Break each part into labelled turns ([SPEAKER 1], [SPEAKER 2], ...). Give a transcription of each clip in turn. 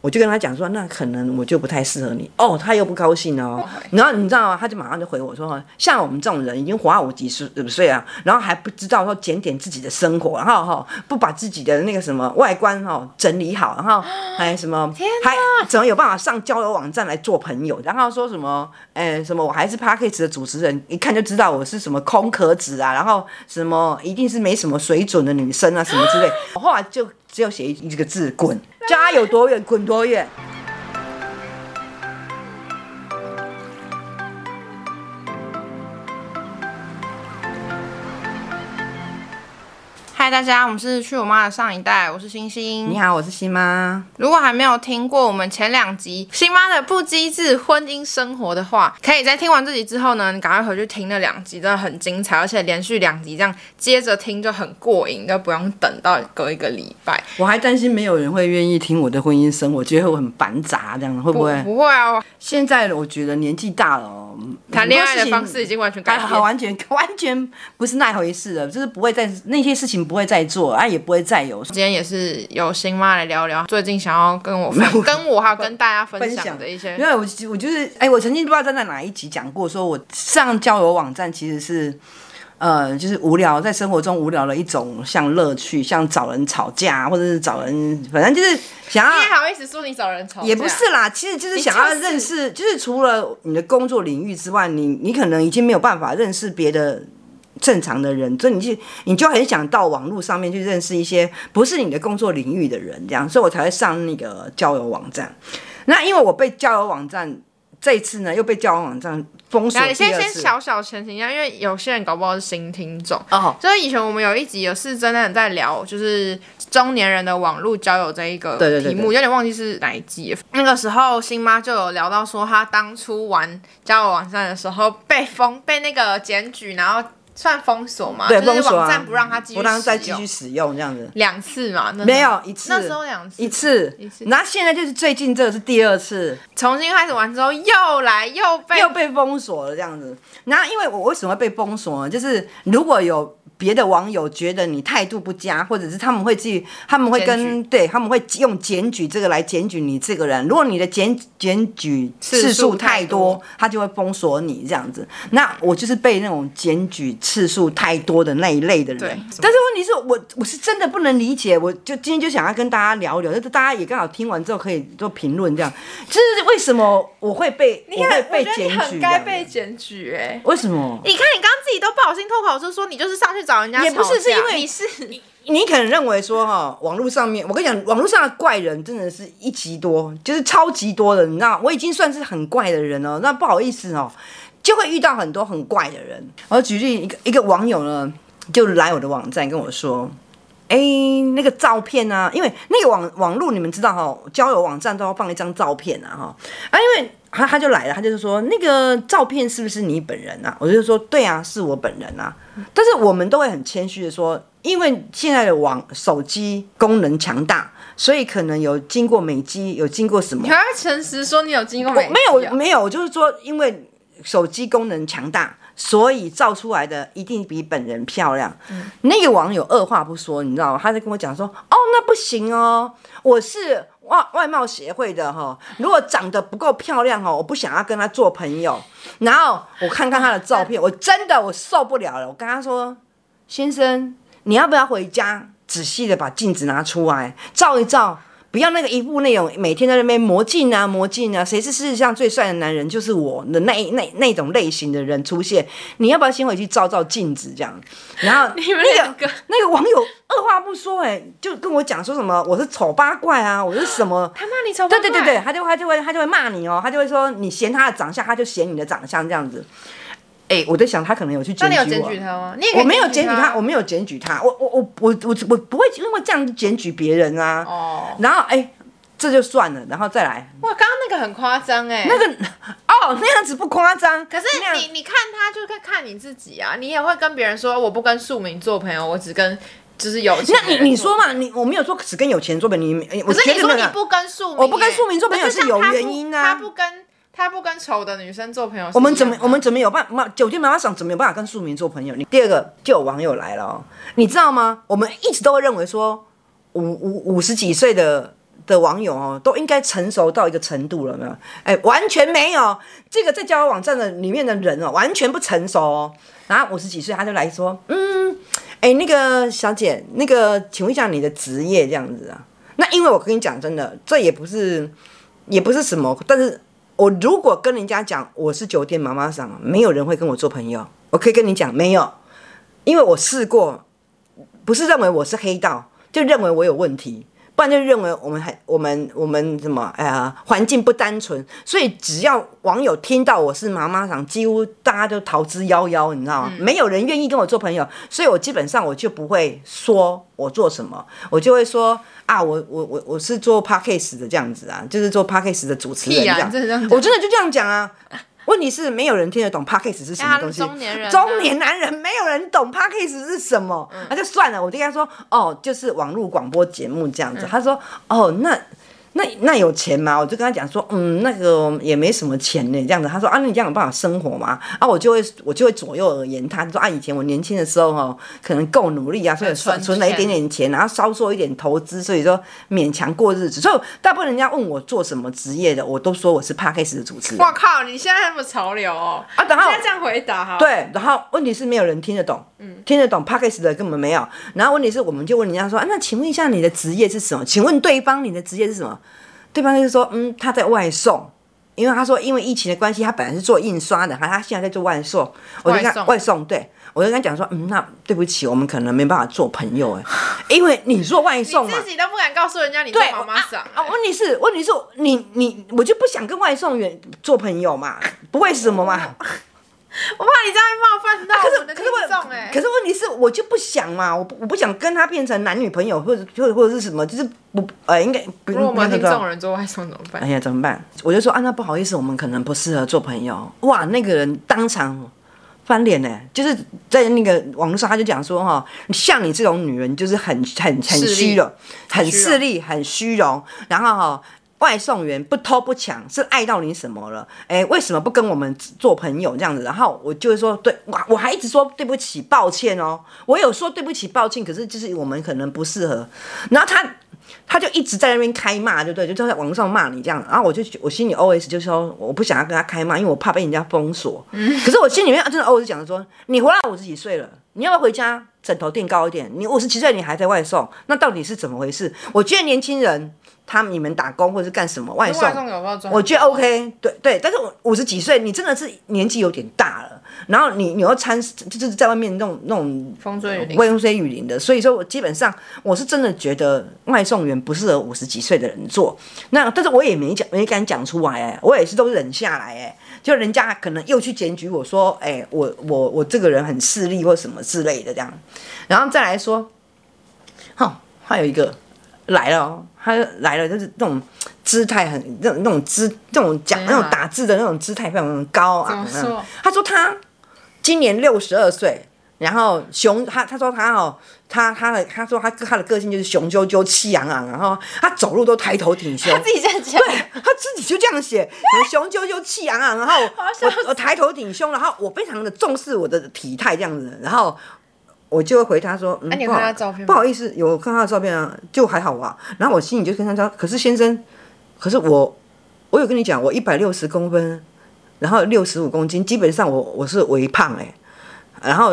[SPEAKER 1] 我就跟他讲说，那可能我就不太适合你哦，他又不高兴哦。然后你知道吗？他就马上就回我说，像我们这种人已经活到我几十呃岁啊，然后还不知道说检点自己的生活，然后哈、不把自己的那个什么外观哈、整理好，然后还什么还怎么有办法上交友网站来做朋友？然后说什么哎什么我还是 p a c k a g e 的主持人，一看就知道我是什么空壳子啊，然后什么一定是没什么水准的女生啊什么之类。我后来就只有写一一个字滚， 家有多远滚多远。
[SPEAKER 2] 嗨，大家，我们是去我妈的上一代，我是星星。
[SPEAKER 1] 你好，我是新妈。
[SPEAKER 2] 如果还没有听过我们前两集新妈的不机智婚姻生活的话，可以在听完这集之后呢，你赶快回去听那两集，真的很精彩，而且连续两集这样接着听就很过瘾，就不用等到隔一个礼拜。
[SPEAKER 1] 我还担心没有人会愿意听我的婚姻生活，觉得我很繁杂，这样会不会？
[SPEAKER 2] 不会啊，
[SPEAKER 1] 现在我觉得年纪大了哦，
[SPEAKER 2] 谈恋爱
[SPEAKER 1] 很
[SPEAKER 2] 的
[SPEAKER 1] 多事情
[SPEAKER 2] 方式已经完全改
[SPEAKER 1] 哎，
[SPEAKER 2] 变。
[SPEAKER 1] 好完全完全不是那回事了，就是不会再那些事情不会再做，啊也不会再有。
[SPEAKER 2] 今天也是由新妈来聊聊最近想要跟我分、跟我还有跟大家分
[SPEAKER 1] 分
[SPEAKER 2] 享
[SPEAKER 1] 享
[SPEAKER 2] 的一些
[SPEAKER 1] 因为我我就是哎，我曾经不知道在哪一集讲过，说我上交友网站其实是。呃，就是无聊，在生活中无聊的一种像乐趣，像找人吵架，或者是找人，反正就是想要
[SPEAKER 2] 你也好意思说你找人吵架？
[SPEAKER 1] 啊也不是啦，其实就是想要认识，就是除了你的工作领域之外，你你可能已经没有办法认识别的正常的人，所以你就你就很想到网络上面去认识一些不是你的工作领域的人，这样，所以我才会上那个交友网站。那因为我被交友网站这一次呢，又被交友网站封锁
[SPEAKER 2] 那你
[SPEAKER 1] 第
[SPEAKER 2] 先
[SPEAKER 1] 二
[SPEAKER 2] 先
[SPEAKER 1] 次。
[SPEAKER 2] 小小前情一下，因为有些人搞不好是新听众。
[SPEAKER 1] 哦，
[SPEAKER 2] 就是以前我们有一集也是真的在聊，就是中年人的网络交友这一个
[SPEAKER 1] 对对对
[SPEAKER 2] 题目，有点忘记是哪一集了。那个时候新妈就有聊到说，她当初玩交友网站的时候被封，被那个检举，然后算封锁嘛，
[SPEAKER 1] 对，
[SPEAKER 2] 就
[SPEAKER 1] 封
[SPEAKER 2] 是
[SPEAKER 1] 锁
[SPEAKER 2] 网
[SPEAKER 1] 啊
[SPEAKER 2] 站，不让她继续
[SPEAKER 1] 不让再
[SPEAKER 2] 使
[SPEAKER 1] 继
[SPEAKER 2] 用
[SPEAKER 1] 续使用这样子。
[SPEAKER 2] 两次嘛，那时候
[SPEAKER 1] 没有一次
[SPEAKER 2] 那时候两次
[SPEAKER 1] 一次，然后现在就是最近这个是第二次，
[SPEAKER 2] 重新开始玩之后又来又被
[SPEAKER 1] 又被封锁了这样子。然后因为我为什么会被封锁呢？就是如果有别的网友觉得你态度不佳，或者是他们会自己，他们会
[SPEAKER 2] 检
[SPEAKER 1] 跟对他们会用检举这个来检举你这个人。如果你的检检举次数太
[SPEAKER 2] 次数太多
[SPEAKER 1] 多，他就会封锁你这样子。那我就是被那种检举次数太多的那一类的人。
[SPEAKER 2] 对
[SPEAKER 1] 但是问题是我我是真的不能理解，我就今天就想要跟大家聊一聊，就是大家也刚好听完之后可以做评论这样，就是为什么我会被
[SPEAKER 2] 你看，
[SPEAKER 1] 我会被
[SPEAKER 2] 觉得
[SPEAKER 1] 检
[SPEAKER 2] 你
[SPEAKER 1] 举
[SPEAKER 2] 很
[SPEAKER 1] 这样
[SPEAKER 2] 该
[SPEAKER 1] 子
[SPEAKER 2] 被检举哎、
[SPEAKER 1] 为什么？
[SPEAKER 2] 你看，你刚刚自己都不小心脱口就说你就是上去找人家
[SPEAKER 1] 也不是
[SPEAKER 2] 吵架
[SPEAKER 1] 是因为
[SPEAKER 2] 你是
[SPEAKER 1] 你可能认为说哈，网络上面，我跟你讲，网络上的怪人真的是一级多，就是超级多的。你知道，我已经算是很怪的人了，那不好意思哦，就会遇到很多很怪的人。我举例一个一个网友呢，就来我的网站跟我说。哎，那个照片啊，因为那个网网络你们知道哈、交友网站都要放一张照片啊哈、啊，因为他他就来了，他就是说那个照片是不是你本人啊？我就说对啊，是我本人啊。但是我们都会很谦虚的说，因为现在的网手机功能强大，所以可能有经过美肌，有经过什么
[SPEAKER 2] 你？还会诚实说你有经过
[SPEAKER 1] 我
[SPEAKER 2] 美
[SPEAKER 1] 没啊
[SPEAKER 2] 肌
[SPEAKER 1] 有
[SPEAKER 2] 哦
[SPEAKER 1] 没有，我就是说，因为手机功能强大，所以照出来的一定比本人漂亮。那个网友二话不说，你知道吗？他在跟我讲说：“哦，那不行哦，我是外外貌协会的哈、如果长得不够漂亮哦，我不想要跟他做朋友。”然后我看看他的照
[SPEAKER 2] 嗯
[SPEAKER 1] 片，我真的我受不了了。我跟他说：“先生，你要不要回家仔细的把镜子拿出来照一照？不要那个一副那种每天在那边磨镜啊磨镜啊，谁是世界上最帅的男人就是我的那一那那种类型的人出现。你要不要先回去照照镜子这样？然后
[SPEAKER 2] 你们
[SPEAKER 1] 那
[SPEAKER 2] 两
[SPEAKER 1] 个
[SPEAKER 2] 个
[SPEAKER 1] 那个网友二话不说、哎，就跟我讲说什么我是丑八怪啊，我是什么。
[SPEAKER 2] 他骂你丑八
[SPEAKER 1] 对对
[SPEAKER 2] 怪，
[SPEAKER 1] 对对，他就会他就会他就会骂你哦，他就会说你嫌他的长相，他就嫌你的长相这样子。哎、我在想他可能有去
[SPEAKER 2] 那
[SPEAKER 1] 检
[SPEAKER 2] 你
[SPEAKER 1] 举我。
[SPEAKER 2] 有检举他吗？你也可以
[SPEAKER 1] 我没有检
[SPEAKER 2] 检
[SPEAKER 1] 举他，我没有检举他，我我我我我我不会因为这样检举别人啊。
[SPEAKER 2] 哦，
[SPEAKER 1] 然后哎、这就算了，然后再来
[SPEAKER 2] 哇，刚刚那个很夸张哎，
[SPEAKER 1] 那个哦，那样子不夸张。
[SPEAKER 2] 可是
[SPEAKER 1] 那样
[SPEAKER 2] 你你看他就看看你自己啊，你也会跟别人说我不跟庶民做朋友，我只跟就是有钱
[SPEAKER 1] 那
[SPEAKER 2] 人
[SPEAKER 1] 你你
[SPEAKER 2] 做
[SPEAKER 1] 说嘛，你我没有说只跟有钱做朋友，你我
[SPEAKER 2] 可是
[SPEAKER 1] 绝
[SPEAKER 2] 你
[SPEAKER 1] 对
[SPEAKER 2] 说
[SPEAKER 1] 没
[SPEAKER 2] 你
[SPEAKER 1] 有。
[SPEAKER 2] 不跟庶民耶，
[SPEAKER 1] 我不跟庶民做朋友
[SPEAKER 2] 可是
[SPEAKER 1] 是有
[SPEAKER 2] 像他不
[SPEAKER 1] 原因啊
[SPEAKER 2] 他不跟他不跟丑的女生做朋友是一样的，
[SPEAKER 1] 我们怎么我们怎么有办妈酒店妈妈想怎么有办法跟庶民做朋友？你第二个就有网友来了、哦，你知道吗？我们一直都会认为说五五五十几岁的的网友哦，都应该成熟到一个程度了，有没有？哎，完全没有，这个在交友网站的里面的人哦，完全不成熟哦。然后五十几岁他就来说，嗯，哎，那个小姐，那个，请问一下你的职业这样子啊？那因为我跟你讲真的，这也不是，也不是什么，但是我如果跟人家讲我是酒店妈妈桑，没有人会跟我做朋友。我可以跟你讲，没有，因为我试过，不是认为我是黑道，就认为我有问题，不然就认为我们还我们我们什么哎呀环境不单纯，所以只要网友听到我是妈妈桑，几乎大家都逃之夭夭，你知道吗？
[SPEAKER 2] 嗯
[SPEAKER 1] 没有人愿意跟我做朋友，所以我基本上我就不会说我做什么，我就会说啊，我我我我是做 podcast 的这样子啊，就是做 podcast 的主持人
[SPEAKER 2] 屁啊
[SPEAKER 1] 这样，
[SPEAKER 2] 你真的这样讲
[SPEAKER 1] 我真的就这样讲啊。问题是没有人听得懂 podcast 是什
[SPEAKER 2] 哎
[SPEAKER 1] 么
[SPEAKER 2] 他
[SPEAKER 1] 东
[SPEAKER 2] 们
[SPEAKER 1] 西，
[SPEAKER 2] 中年人啊嗯
[SPEAKER 1] 中年男人没有人懂 podcast 是什么，那、就算了，我就跟他说，哦，就是网络广播节目这样
[SPEAKER 2] 嗯
[SPEAKER 1] 子。他说，哦，那那那有钱吗？我就跟他讲说，嗯，那个也没什么钱呢，这样子。他说，啊，那你这样有办法生活吗？啊，我就会我就会左右而言他，就说啊，以前我年轻的时候哦，可能够努力啊，所以存
[SPEAKER 2] 存
[SPEAKER 1] 存了一点
[SPEAKER 2] 钱
[SPEAKER 1] 点钱，然后稍做一点投资，所以说勉强过日子。所以大部分人家问我做什么职业的，我都说我是 podcast 的主持人。
[SPEAKER 2] 我靠，你现在那么潮流哦！
[SPEAKER 1] 啊等一下
[SPEAKER 2] 现在这样回答哈。，
[SPEAKER 1] 对，然后问题是没有人听得懂，
[SPEAKER 2] 嗯
[SPEAKER 1] 听得懂 p a c k a g e 的根本没有。然后问题是，我们就问人家说、啊，那请问一下你的职业是什么？请问对方你的职业是什么？对方就说，嗯，他在外送，因为他说因为疫情的关系，他本来是做印刷的，他他现在在做外送。我就跟
[SPEAKER 2] 外
[SPEAKER 1] 他
[SPEAKER 2] 送
[SPEAKER 1] 外送，对我就跟他讲说，嗯，那对不起，我们可能没办法做朋友哎，因为你做外送
[SPEAKER 2] 你
[SPEAKER 1] 嘛
[SPEAKER 2] 自。己都不敢告诉人家你做
[SPEAKER 1] 对，
[SPEAKER 2] 妈妈桑
[SPEAKER 1] 啊啊！问题是，问题是你你我就不想跟外送员做朋友嘛，不为什么嘛？
[SPEAKER 2] 我怕你这样冒犯到
[SPEAKER 1] 可
[SPEAKER 2] 啊我
[SPEAKER 1] 是
[SPEAKER 2] 们的
[SPEAKER 1] 可
[SPEAKER 2] 听
[SPEAKER 1] 是
[SPEAKER 2] 众
[SPEAKER 1] 我
[SPEAKER 2] 哎。
[SPEAKER 1] 可是问题是我就不想嘛，我不我不想跟他变成男女朋友，或者或者或者是什么，就是不呃应该不
[SPEAKER 2] 如果我们听
[SPEAKER 1] 那个
[SPEAKER 2] 众人做外送怎么办
[SPEAKER 1] 哎？呀，怎么办？我就说啊，那不好意思，我们可能不适合做朋友。哇，那个人当场翻脸呢、就是在那个网络上，他就讲说哈，像你这种女人就是很很很
[SPEAKER 2] 势利
[SPEAKER 1] 虚荣，很
[SPEAKER 2] 虚荣
[SPEAKER 1] 势利，很虚荣，然后哈。外送员不偷不抢，是爱到你什么了？哎，为什么不跟我们做朋友这样子？然后我就会说，对，我我还一直说对不起，抱歉哦，我有说对不起，抱歉，可是就是我们可能不适合。然后他他就一直在那边开骂，对不对？就在网络上骂你这样，然后我就觉我心里 OS 就说，我不想要跟他开骂，因为我怕被人家封锁。可是我心里面真的 OS 讲说，你活到五十几岁了，你要不要回家枕头垫高一点？你五十几岁你还在外送，那到底是怎么回事？我觉得年轻人他们你们打工或者是干什么外送，
[SPEAKER 2] 外哎送有没有装？
[SPEAKER 1] 我觉得 OK，对对，但是我五十几岁，你真的是年纪有点大了，然后你你又参就是在外面弄弄
[SPEAKER 2] 风吹雨淋
[SPEAKER 1] 风吹雨淋的，所以说我基本上我是真的觉得外送员不适合五十几岁的人做。那但是我也没讲，没敢讲出来哎、我也是都忍下来哎、就人家可能又去检举我说，哎、我我我这个人很势利或什么之类的这样，然后再来说，哼，还有一个来了、哦，他来了就是那种姿态很那种那种姿那种讲
[SPEAKER 2] 怎
[SPEAKER 1] 那
[SPEAKER 2] 样啊
[SPEAKER 1] 种打字的那种姿态非常高昂、啊
[SPEAKER 2] 怎么说
[SPEAKER 1] 他说他今年六十二岁，然后雄他他说他哦，他他的他说他他的个性就是雄赳赳气昂昂，然后他走路都抬头挺胸
[SPEAKER 2] 他。自己这样讲，
[SPEAKER 1] 对他自己就这样 写，雄赳赳气昂昂，然后
[SPEAKER 2] 好笑
[SPEAKER 1] 我我抬头挺胸，然后我非常的重视我的体态这样子，然后我就会回他说，嗯，
[SPEAKER 2] 啊你有
[SPEAKER 1] 不好
[SPEAKER 2] 看他的照片吗
[SPEAKER 1] 不好意思，有看他的照片啊，就还好吧。然后我心里就跟他说，可是先生，可是我我有跟你讲，我一百六十公分，然后六十五公斤，基本上我我是微胖哎、然后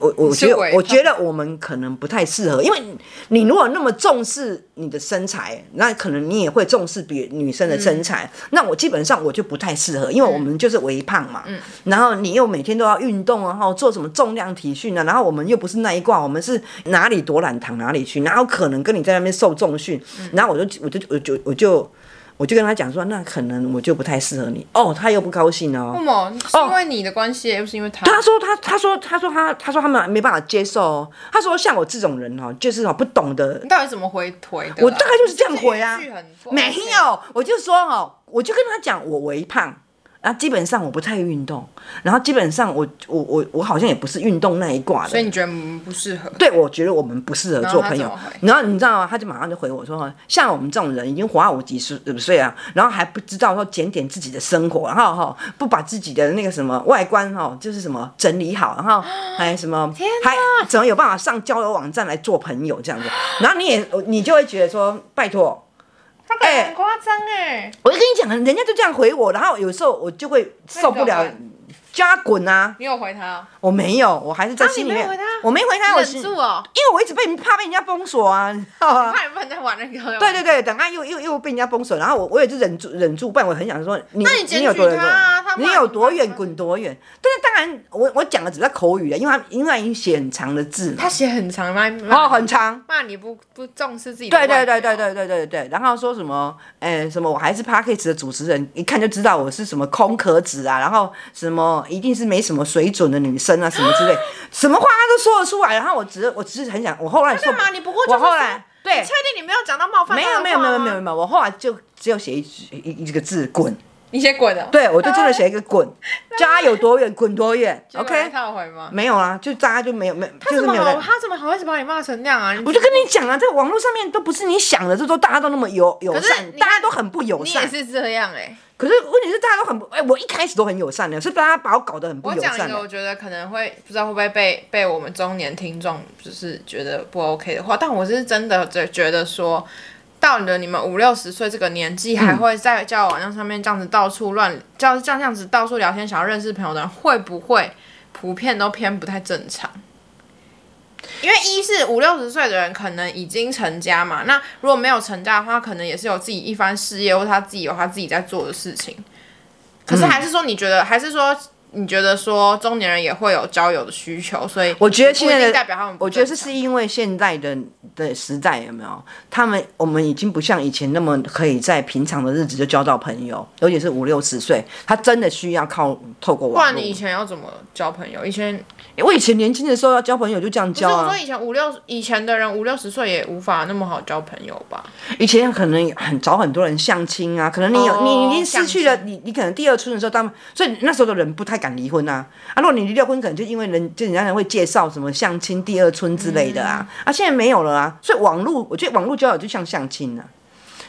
[SPEAKER 1] 我我
[SPEAKER 2] 你是
[SPEAKER 1] 觉得
[SPEAKER 2] 微
[SPEAKER 1] 我
[SPEAKER 2] 胖
[SPEAKER 1] 觉得我们可能不太适合，因为你如果那么重视你的身材，那可能你也会重视别女生的身材。
[SPEAKER 2] 嗯
[SPEAKER 1] 那我基本上我就不太适合，因为我们就是微胖嘛。
[SPEAKER 2] 嗯
[SPEAKER 1] 然后你又每天都要运动啊，然后做什么重量体训啊，然后我们又不是那一挂，我们是哪里躲懒躺哪里去，哪有可能跟你在那边受重训？
[SPEAKER 2] 嗯
[SPEAKER 1] 然后我就我就我就我就我就跟他讲说，那可能我就不太适合你哦，他又不高兴哦。
[SPEAKER 2] 为什么？是因为你的关系，又不是因为他。
[SPEAKER 1] 他说他他说他说他他说他们没办法接受哦。他说像我这种人哦，就是哦不懂得
[SPEAKER 2] 你，到底怎么回回的啊？
[SPEAKER 1] 我大概就是这样回啊
[SPEAKER 2] 这一句很不。
[SPEAKER 1] 没
[SPEAKER 2] OK
[SPEAKER 1] 有，我就说哦，我就跟他讲我微胖。啊，基本上我不太运动，然后基本上我我我我好像也不是运动那一挂的，
[SPEAKER 2] 所以你觉得我们不适合？
[SPEAKER 1] 对，我觉得我们不适合做朋友
[SPEAKER 2] 然后他怎么回。
[SPEAKER 1] 然后你知道吗？他就马上就回我说，像我们这种人已经活到五几十岁啊，然后还不知道说检点自己的生活，然后哈不把自己的那个什么外观哈，就是什么整理好，然 后还什么，还怎么有 办法上交友网站来做朋友这样子？然后你也你就会觉得说，拜托。
[SPEAKER 2] 他感觉很夸张哎，
[SPEAKER 1] 我就跟你讲，人家就这样回我，然后有时候我就会受不
[SPEAKER 2] 那
[SPEAKER 1] 了
[SPEAKER 2] 你怎，
[SPEAKER 1] 叫他滚啊！
[SPEAKER 2] 你有回他哦？
[SPEAKER 1] 我没有，我还是在
[SPEAKER 2] 啊
[SPEAKER 1] 心里
[SPEAKER 2] 你没
[SPEAKER 1] 面，
[SPEAKER 2] 有回他
[SPEAKER 1] 我没回他，我是
[SPEAKER 2] 忍
[SPEAKER 1] 因
[SPEAKER 2] 住哦，
[SPEAKER 1] 为我一直被怕被人家封锁啊，你知道吗？
[SPEAKER 2] 怕你不能再玩那个。
[SPEAKER 1] 对对。对，等下又又又被人家封锁，然后我我也是忍住忍住，不然我很想说你
[SPEAKER 2] 那你检
[SPEAKER 1] 你有
[SPEAKER 2] 举
[SPEAKER 1] 多远
[SPEAKER 2] 他啊他骂
[SPEAKER 1] 你
[SPEAKER 2] 你
[SPEAKER 1] 有多远
[SPEAKER 2] 干嘛
[SPEAKER 1] 滚多远。但是当然我我讲的只是口语啊，因为他因为他已经写很长的字嘛，
[SPEAKER 2] 他写很长，骂骂
[SPEAKER 1] 哦很长，
[SPEAKER 2] 骂你不不重视自己的
[SPEAKER 1] 对对
[SPEAKER 2] 外表
[SPEAKER 1] 对对对对对对，然后说什么，哎、什么我还是 p a c k a g e 的主持人，一看就知道我是什么空壳子啊，然后什么一定是没什么水准的女生啊，什么之类， 什么话他都说得出来，然后我只是我只是很想，我后来说
[SPEAKER 2] 干嘛？你不过就
[SPEAKER 1] 我
[SPEAKER 2] 是
[SPEAKER 1] 后
[SPEAKER 2] 说
[SPEAKER 1] 来对
[SPEAKER 2] 你确定你没有讲到冒犯
[SPEAKER 1] 没
[SPEAKER 2] 到
[SPEAKER 1] 有
[SPEAKER 2] 的
[SPEAKER 1] 没有
[SPEAKER 2] 话
[SPEAKER 1] 没有没有
[SPEAKER 2] 吗
[SPEAKER 1] 没有没有，我后来就只有写一句一一一个字滚。
[SPEAKER 2] 你先滚了。
[SPEAKER 1] 对，我就真的写一个滚，叫他有多远滚多 远
[SPEAKER 2] 结果
[SPEAKER 1] ，OK？
[SPEAKER 2] 他有回吗？
[SPEAKER 1] 没有啊，就大家就没有没有，
[SPEAKER 2] 他
[SPEAKER 1] 就
[SPEAKER 2] 怎
[SPEAKER 1] 是
[SPEAKER 2] 么
[SPEAKER 1] 没有
[SPEAKER 2] 好？
[SPEAKER 1] 人。
[SPEAKER 2] 他怎么好意思把你骂成那样啊？
[SPEAKER 1] 我就跟你讲啊，在网络上面都不是你想的，这都大家都那么友友
[SPEAKER 2] 可是
[SPEAKER 1] 善，
[SPEAKER 2] 你
[SPEAKER 1] 大家都很不友
[SPEAKER 2] 你也
[SPEAKER 1] 善。
[SPEAKER 2] 是这样哎、
[SPEAKER 1] 可是问题是大家都很不，哎、我一开始都很友善的，是大家把我搞得很不
[SPEAKER 2] 我
[SPEAKER 1] 友
[SPEAKER 2] 讲
[SPEAKER 1] 善欸
[SPEAKER 2] 一个，我
[SPEAKER 1] 的。
[SPEAKER 2] 觉得可能会不知道会不会被被我们中年听众就是觉得不 OK 的话，但我是真的觉觉得说，到了你们五六十岁这个年纪，还会在交友网站上面这样子到处乱，叫这样子到处聊天，想要认识朋友的人，会不会普遍都偏不太正常？因为一是五六十岁的人可能已经成家嘛，那如果没有成家的话，可能也是有自己一番事业，或他自己有他自己在做的事情。可是还是说，你觉得、还是说，你觉得说中年人也会有交友的需求，所以
[SPEAKER 1] 我觉得
[SPEAKER 2] 不
[SPEAKER 1] 现
[SPEAKER 2] 一
[SPEAKER 1] 在
[SPEAKER 2] 定
[SPEAKER 1] 的
[SPEAKER 2] 代表他们不
[SPEAKER 1] 我觉得
[SPEAKER 2] 正
[SPEAKER 1] 是
[SPEAKER 2] 常
[SPEAKER 1] 是因为现在的的时代有没有？他们我们已经不像以前那么可以在平常的日子就交到朋友，尤其是五六十岁，他真的需要靠透过
[SPEAKER 2] 不
[SPEAKER 1] 网
[SPEAKER 2] 然
[SPEAKER 1] 络
[SPEAKER 2] 你以。前要怎么交朋友？以前
[SPEAKER 1] 我以前年轻的时候要交朋友就这样
[SPEAKER 2] 不是
[SPEAKER 1] 交
[SPEAKER 2] 我
[SPEAKER 1] 啊
[SPEAKER 2] 说，以前五六以前的人五六十岁也无法那么好交朋友吧？
[SPEAKER 1] 以前可能很找很多人相亲啊，可能你有、
[SPEAKER 2] 哦
[SPEAKER 1] 你已经失去了
[SPEAKER 2] 相
[SPEAKER 1] 你你可能第二春的时候，他们所以那时候的人不太敢离婚啊。啊，如果你离了婚，可能就因为人就人家会介绍什么相亲、第二春之类的啊，
[SPEAKER 2] 嗯
[SPEAKER 1] 啊，现在没有了啊。所以网络，我觉得网络交友就像相亲啊，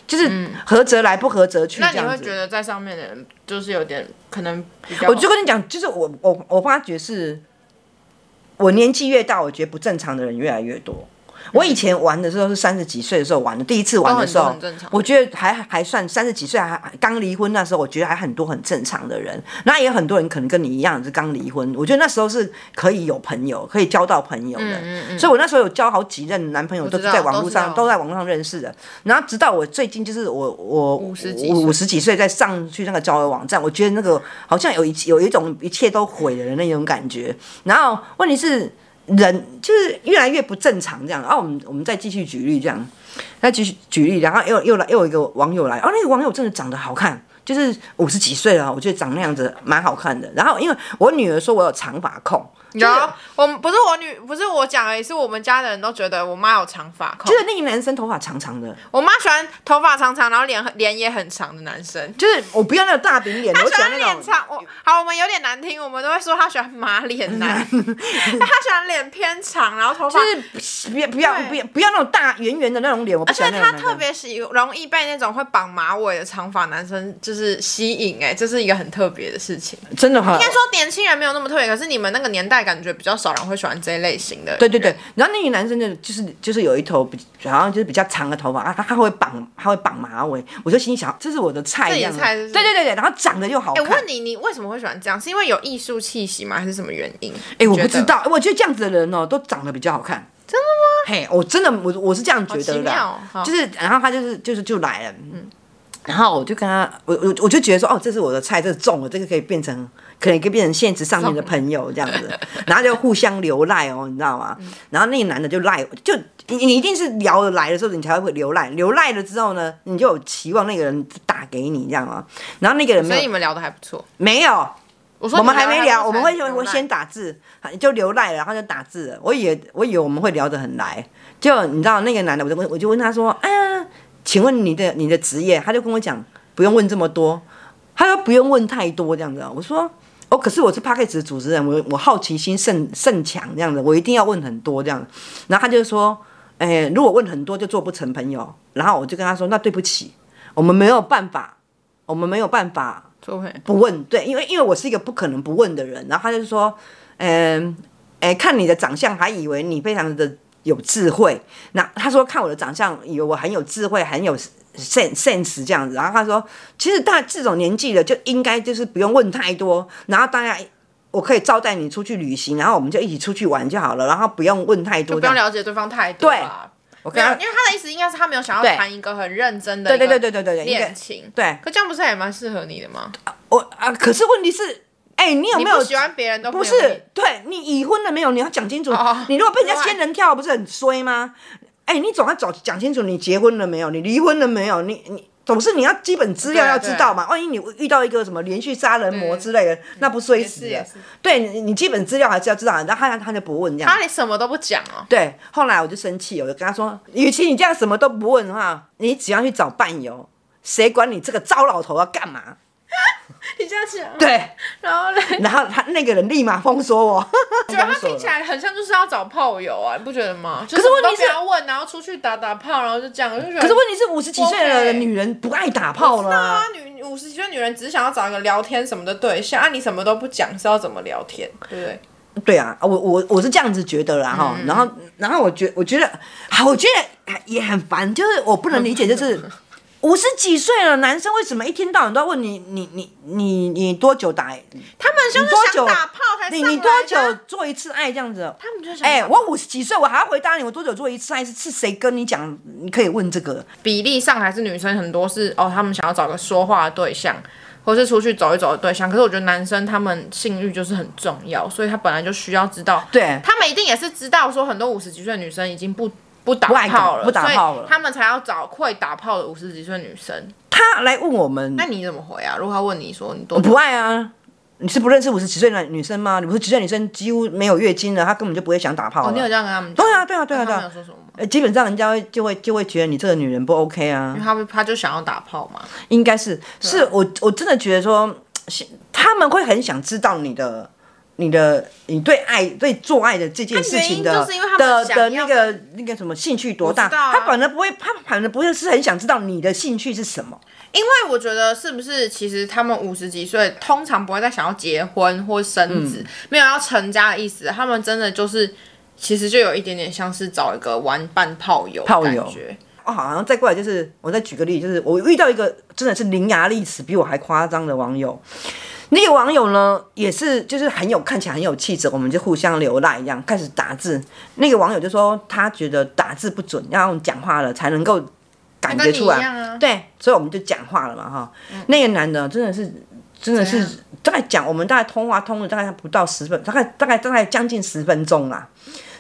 [SPEAKER 1] 就是合则来，不合则去
[SPEAKER 2] 嗯那
[SPEAKER 1] 这
[SPEAKER 2] 你
[SPEAKER 1] 样
[SPEAKER 2] 会
[SPEAKER 1] 子。
[SPEAKER 2] 觉得在上面的人就是有点可能比较
[SPEAKER 1] 我就跟你讲，就是我我我发觉是，我年纪越大，我觉得不正常的人越来越多。我以前玩的时候是三十几岁的时候玩的，第一次玩的时
[SPEAKER 2] 哦都
[SPEAKER 1] 候
[SPEAKER 2] 很正常，
[SPEAKER 1] 我觉得还还算三十几岁还还刚离婚那时候，我觉得还很多很正常的人。那也有很多人可能跟你一样是刚离婚，我觉得那时候是可以有朋友，可以交到朋友的。
[SPEAKER 2] 嗯
[SPEAKER 1] 所以我那时候有交好几任男朋友，都
[SPEAKER 2] 知
[SPEAKER 1] 是
[SPEAKER 2] 道
[SPEAKER 1] 在网
[SPEAKER 2] 都
[SPEAKER 1] 络
[SPEAKER 2] 是在
[SPEAKER 1] 上
[SPEAKER 2] 网
[SPEAKER 1] 都在网络上认识的。然后直到我最近就是我我五
[SPEAKER 2] 十几岁
[SPEAKER 1] 五十几岁再上去那个交友网站，我觉得那个好像有一有一种一切都毁了的那种感觉。然后问题是人就是越来越不正常这样。啊然后我们我们再继续举例这样，再继续举例，然后又又来又有一个网友来，哦，那个网友真的长得好看。就是五十几岁了，我觉得长那样子蛮好看的。然后因为我女儿说我有长发控，就
[SPEAKER 2] 有
[SPEAKER 1] 是
[SPEAKER 2] 啊，我们不是我女，不是我讲而已，是我们家的人都觉得我妈有长发控
[SPEAKER 1] 就。是那个男生头发长长的，
[SPEAKER 2] 我妈喜欢头发长长，然后脸很脸也很长的男生。
[SPEAKER 1] 就是我不要那个大饼脸，
[SPEAKER 2] 她
[SPEAKER 1] 我
[SPEAKER 2] 喜
[SPEAKER 1] 喜欢
[SPEAKER 2] 欢
[SPEAKER 1] 那
[SPEAKER 2] 脸
[SPEAKER 1] 种
[SPEAKER 2] 长，我好，我们有点难听，我们都会说她喜欢马 脸男，但她喜欢脸偏长，然后头发，
[SPEAKER 1] 就是不要不要不要不要那种大圆圆的那种脸，我不
[SPEAKER 2] 而
[SPEAKER 1] 喜
[SPEAKER 2] 且
[SPEAKER 1] 欢那种
[SPEAKER 2] 她
[SPEAKER 1] 男
[SPEAKER 2] 特
[SPEAKER 1] 生。
[SPEAKER 2] 别喜容易被那种会绑马尾的长发男生就是吸引、哎，这是一个很特别的事情。
[SPEAKER 1] 真的哈
[SPEAKER 2] 应，该说年轻人没有那么特别，可是你们那个年代感觉比较少人会喜欢这一类型的。
[SPEAKER 1] 对对对。然后那个男生就就是就是有一头比好像就是比较长的头发，啊他他会绑他会绑马尾，我就心里想这是我的菜
[SPEAKER 2] 这
[SPEAKER 1] 一
[SPEAKER 2] 你
[SPEAKER 1] 样的。
[SPEAKER 2] 菜是不
[SPEAKER 1] 对
[SPEAKER 2] 是
[SPEAKER 1] 对对对，然后长得又好
[SPEAKER 2] 哎、
[SPEAKER 1] 看。
[SPEAKER 2] 我问你，你为什么会喜欢这样？是因为有艺术气息吗？还是什么原因？
[SPEAKER 1] 哎、我
[SPEAKER 2] 觉
[SPEAKER 1] 不
[SPEAKER 2] 得
[SPEAKER 1] 知，道，我觉得这样子的人哦、都长得比较好看。真的吗？嘿，我真的，我我是这样觉得的
[SPEAKER 2] 好奇妙哦
[SPEAKER 1] 啦，
[SPEAKER 2] 好
[SPEAKER 1] 就是，然后他就是就是就来了，嗯，然后我就跟他，我我我就觉得说，哦，这是我的菜，这是中了，这个可以变成，可能可以变成现实上面的朋友这样子，然后就互相留赖哦，你知道吗？
[SPEAKER 2] 嗯
[SPEAKER 1] 然后那个男的就赖，就你你一定是聊得来的时候，你才会留赖，留赖了之后呢，你就有期望那个人打给你，这样吗？然后那个人
[SPEAKER 2] 所以
[SPEAKER 1] 没
[SPEAKER 2] 你
[SPEAKER 1] 有
[SPEAKER 2] 们聊的还不错。
[SPEAKER 1] 没有，
[SPEAKER 2] 我说
[SPEAKER 1] 我们
[SPEAKER 2] 你
[SPEAKER 1] 还没聊，
[SPEAKER 2] 他
[SPEAKER 1] 我们
[SPEAKER 2] 才
[SPEAKER 1] 会
[SPEAKER 2] 聊
[SPEAKER 1] 我
[SPEAKER 2] 赖
[SPEAKER 1] 先打字，就留赖了，然后就打字了。我以为我以为我们会聊得很来，就你知道那个男的，我就问我就问他说：“哎呀，请问你的你的职业？”他就跟我讲不用问这么多，他说不用问太多这样子。我说。哦，可是我是 p a c k a g e 的主持人，我我好奇心甚甚强这样子，我一定要问很多这样。然后他就说，哎、如果问很多就做不成朋友。然后我就跟他说，那对不起，我们没有办法，我们没有办法
[SPEAKER 2] 做朋友
[SPEAKER 1] 不问，对，因为因为我是一个不可能不问的人，然后他就说，嗯、哎、看你的长相还以为你非常的有智慧，那他说看我的长相以为我很有智慧，很有 sense sense 这样子。然后他说，其实大这种年纪了，就应该就是不用问太多，然后大家。哎我可以招待你出去旅行，然后我们就一起出去玩就好了，然后不用问太多
[SPEAKER 2] 不
[SPEAKER 1] 这
[SPEAKER 2] 用
[SPEAKER 1] 样。
[SPEAKER 2] 了解对方太多
[SPEAKER 1] 对
[SPEAKER 2] 吧。
[SPEAKER 1] 我
[SPEAKER 2] 没
[SPEAKER 1] 跟
[SPEAKER 2] 有，
[SPEAKER 1] 他
[SPEAKER 2] 啊因为他的意思应该是他没有想要
[SPEAKER 1] 对
[SPEAKER 2] 谈一个很认真的
[SPEAKER 1] 对对
[SPEAKER 2] 一
[SPEAKER 1] 对
[SPEAKER 2] 个
[SPEAKER 1] 对对对对，应
[SPEAKER 2] 恋
[SPEAKER 1] 该
[SPEAKER 2] 情，
[SPEAKER 1] 对
[SPEAKER 2] 可这样不是也蛮适合你的吗？
[SPEAKER 1] 我啊，可是问题是，哎，你有
[SPEAKER 2] 你
[SPEAKER 1] 没有
[SPEAKER 2] 不喜欢别人都
[SPEAKER 1] 不
[SPEAKER 2] 没有你
[SPEAKER 1] 是，对你已婚了没有？你要讲清楚。
[SPEAKER 2] 哦
[SPEAKER 1] 你如果被人家
[SPEAKER 2] 另外
[SPEAKER 1] 仙人跳，不是很衰吗？哎、你总要找讲清楚，你结婚了没有？你离婚了没有？你你总是你要基本资料
[SPEAKER 2] 对啊
[SPEAKER 1] 要知道嘛。万一你遇到一个什么连续杀人魔之类的，那不衰
[SPEAKER 2] 也
[SPEAKER 1] 死
[SPEAKER 2] 是也
[SPEAKER 1] 了
[SPEAKER 2] 是？
[SPEAKER 1] 对你，你基本资料还是要知道。然后他他就不问这样。
[SPEAKER 2] 他连什么都不讲哦。
[SPEAKER 1] 对，后来我就生气，我就跟他说，与其你这样什么都不问的话，你只要去找伴游，谁管你这个糟老头要干嘛？
[SPEAKER 2] 你这样讲，
[SPEAKER 1] 啊 对，
[SPEAKER 2] 然后嘞，
[SPEAKER 1] 然后他那个人立马封锁我，
[SPEAKER 2] 觉得
[SPEAKER 1] 封
[SPEAKER 2] 啊他
[SPEAKER 1] 锁
[SPEAKER 2] 听
[SPEAKER 1] 了
[SPEAKER 2] 起来很像就是要找炮友啊，你不觉得吗？可
[SPEAKER 1] 是问题是
[SPEAKER 2] 要问，然后出去打打炮，然后就这样，我就觉 得。
[SPEAKER 1] 可是问题是，五十几岁的
[SPEAKER 2] OK
[SPEAKER 1] 女人不爱打炮了、
[SPEAKER 2] 啊，女五十几岁女人只是想要找一个聊天什么的对象，啊，你什么都不讲是要怎么聊天，对不对？
[SPEAKER 1] 对啊，我我我是这样子觉得啦
[SPEAKER 2] 嗯
[SPEAKER 1] 哈、然后然后我觉我觉得，好，我觉得也很烦，就是我不能理解，就是五十几岁了，男生为什么一天到晚都要问你你你你你多久打？
[SPEAKER 2] 他们就
[SPEAKER 1] 你多
[SPEAKER 2] 是想
[SPEAKER 1] 久
[SPEAKER 2] 打炮才
[SPEAKER 1] 你
[SPEAKER 2] 上
[SPEAKER 1] 你
[SPEAKER 2] 来
[SPEAKER 1] 多
[SPEAKER 2] 的啊
[SPEAKER 1] 久做一次爱这样子？
[SPEAKER 2] 他们就想
[SPEAKER 1] 哎、
[SPEAKER 2] 打炮
[SPEAKER 1] 我五十几岁，我还要回答你，我多久做一次爱是是谁跟你讲？你可以问这个，
[SPEAKER 2] 比例上还是女生很多是哦，他们想要找个说话的对象，或是出去走一走的对象。可是我觉得男生他们性欲就是很重要，所以他本来就需要知道，
[SPEAKER 1] 对
[SPEAKER 2] 他们一定也是知道说很多五十几岁的女生已经不不打
[SPEAKER 1] 不爱打
[SPEAKER 2] 炮了，
[SPEAKER 1] 不打炮了
[SPEAKER 2] 所以他们才要找会打炮的五十几岁女生。
[SPEAKER 1] 他来问我们，
[SPEAKER 2] 那你怎么回啊？如果他问你说你多
[SPEAKER 1] 我不爱啊。你是不认识五十几岁的女生吗？五十几岁女生几乎没有月经了，她根本就不会想打炮了。
[SPEAKER 2] 哦，你有这样跟他们讲？
[SPEAKER 1] 对啊，对啊，对啊，
[SPEAKER 2] 那
[SPEAKER 1] 对
[SPEAKER 2] 他们有
[SPEAKER 1] 啊。
[SPEAKER 2] 说什么吗？
[SPEAKER 1] 呃，基本上人家会就会就会觉得你这个女人不 OK 啊
[SPEAKER 2] 因，为他啊们他就想要打炮嘛，
[SPEAKER 1] 应该是是我我真的觉得说，是他们会很想知道你的你的你对爱对做爱的这件事情
[SPEAKER 2] 那
[SPEAKER 1] 的
[SPEAKER 2] 原因就是因为他们
[SPEAKER 1] 的
[SPEAKER 2] 想
[SPEAKER 1] 的
[SPEAKER 2] 要
[SPEAKER 1] 那个那个什么兴趣多大，
[SPEAKER 2] 我知道啊
[SPEAKER 1] 他反而不会他反而不会是很想知道你的兴趣是什么。
[SPEAKER 2] 因为我觉得是不是其实他们五十几岁通常不会再想要结婚或
[SPEAKER 1] 嗯
[SPEAKER 2] 生子，没有要成家的意思，他们真的就是其实就有一点点像是找一个玩伴炮友的
[SPEAKER 1] 炮友
[SPEAKER 2] 感觉。
[SPEAKER 1] 哦，好像再过来就是，我再举个例，就是我遇到一个真的是伶牙俐齿比我还夸张的网友，那个网友呢也是就是很有看起来很有气质，我们就互相流赖一样开始打字。那个网友就说他觉得打字不准，要用讲话了才能够感觉出来。
[SPEAKER 2] 那跟你一样啊
[SPEAKER 1] 对，所以我们就讲话了嘛哈。那个男的真的是真的是
[SPEAKER 2] 怎
[SPEAKER 1] 大概讲，我们大概通话通了大概不到十分，大概大概大概将近十分钟啦。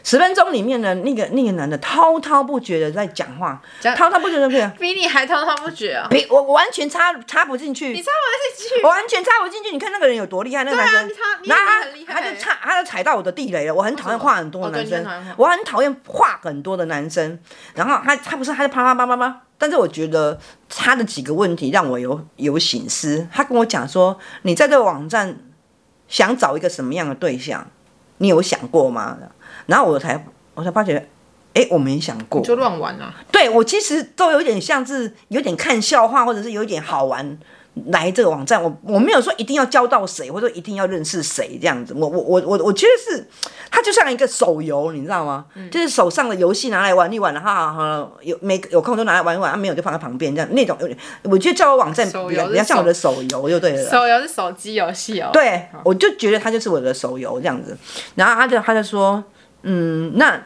[SPEAKER 1] 十分钟里面呢，那个那个男的滔滔不绝的在讲话，
[SPEAKER 2] 讲
[SPEAKER 1] 滔滔不绝的讲，
[SPEAKER 2] 比你还滔滔不绝啊！
[SPEAKER 1] 别我我完全插插不进去
[SPEAKER 2] 你，知道我在去啊
[SPEAKER 1] 我完全插不进去。你看那个人有多厉害，那个男生
[SPEAKER 2] 你插，你以为
[SPEAKER 1] 然后
[SPEAKER 2] 很厉
[SPEAKER 1] 他
[SPEAKER 2] 害
[SPEAKER 1] 他就插，他就踩到我的地雷了。我很讨厌
[SPEAKER 2] 为什么
[SPEAKER 1] 话很多的
[SPEAKER 2] 哦对
[SPEAKER 1] 男生
[SPEAKER 2] 你很讨厌话，
[SPEAKER 1] 我很讨厌话很多的男生。然后他他不是他就啪啪啪啪啪，但是我觉得他的几个问题让我有有醒思。他跟我讲说，你在这个网站想找一个什么样的对象，你有想过吗？然后我才我才发觉，哎，我没想过。
[SPEAKER 2] 就乱玩啊！
[SPEAKER 1] 对我其实都有点像是有点看笑话，或者是有点好玩来这个网站。我我没有说一定要交到谁，或者说一定要认识谁这样子。我我我我我觉得是它就像一个手游，你知道吗？
[SPEAKER 2] 嗯
[SPEAKER 1] 就是手上的游戏拿来玩一玩，然后啊有没有空就拿来玩一玩，啊没有就放在旁边这样那种有点。我觉得交友网站
[SPEAKER 2] 手游
[SPEAKER 1] 比较
[SPEAKER 2] 是
[SPEAKER 1] 比较像我
[SPEAKER 2] 手
[SPEAKER 1] 的手游就对了啦。
[SPEAKER 2] 手游是手机游戏哦。，
[SPEAKER 1] 对，我就觉得他就是我的手游这样子。然后他就他就说，嗯，那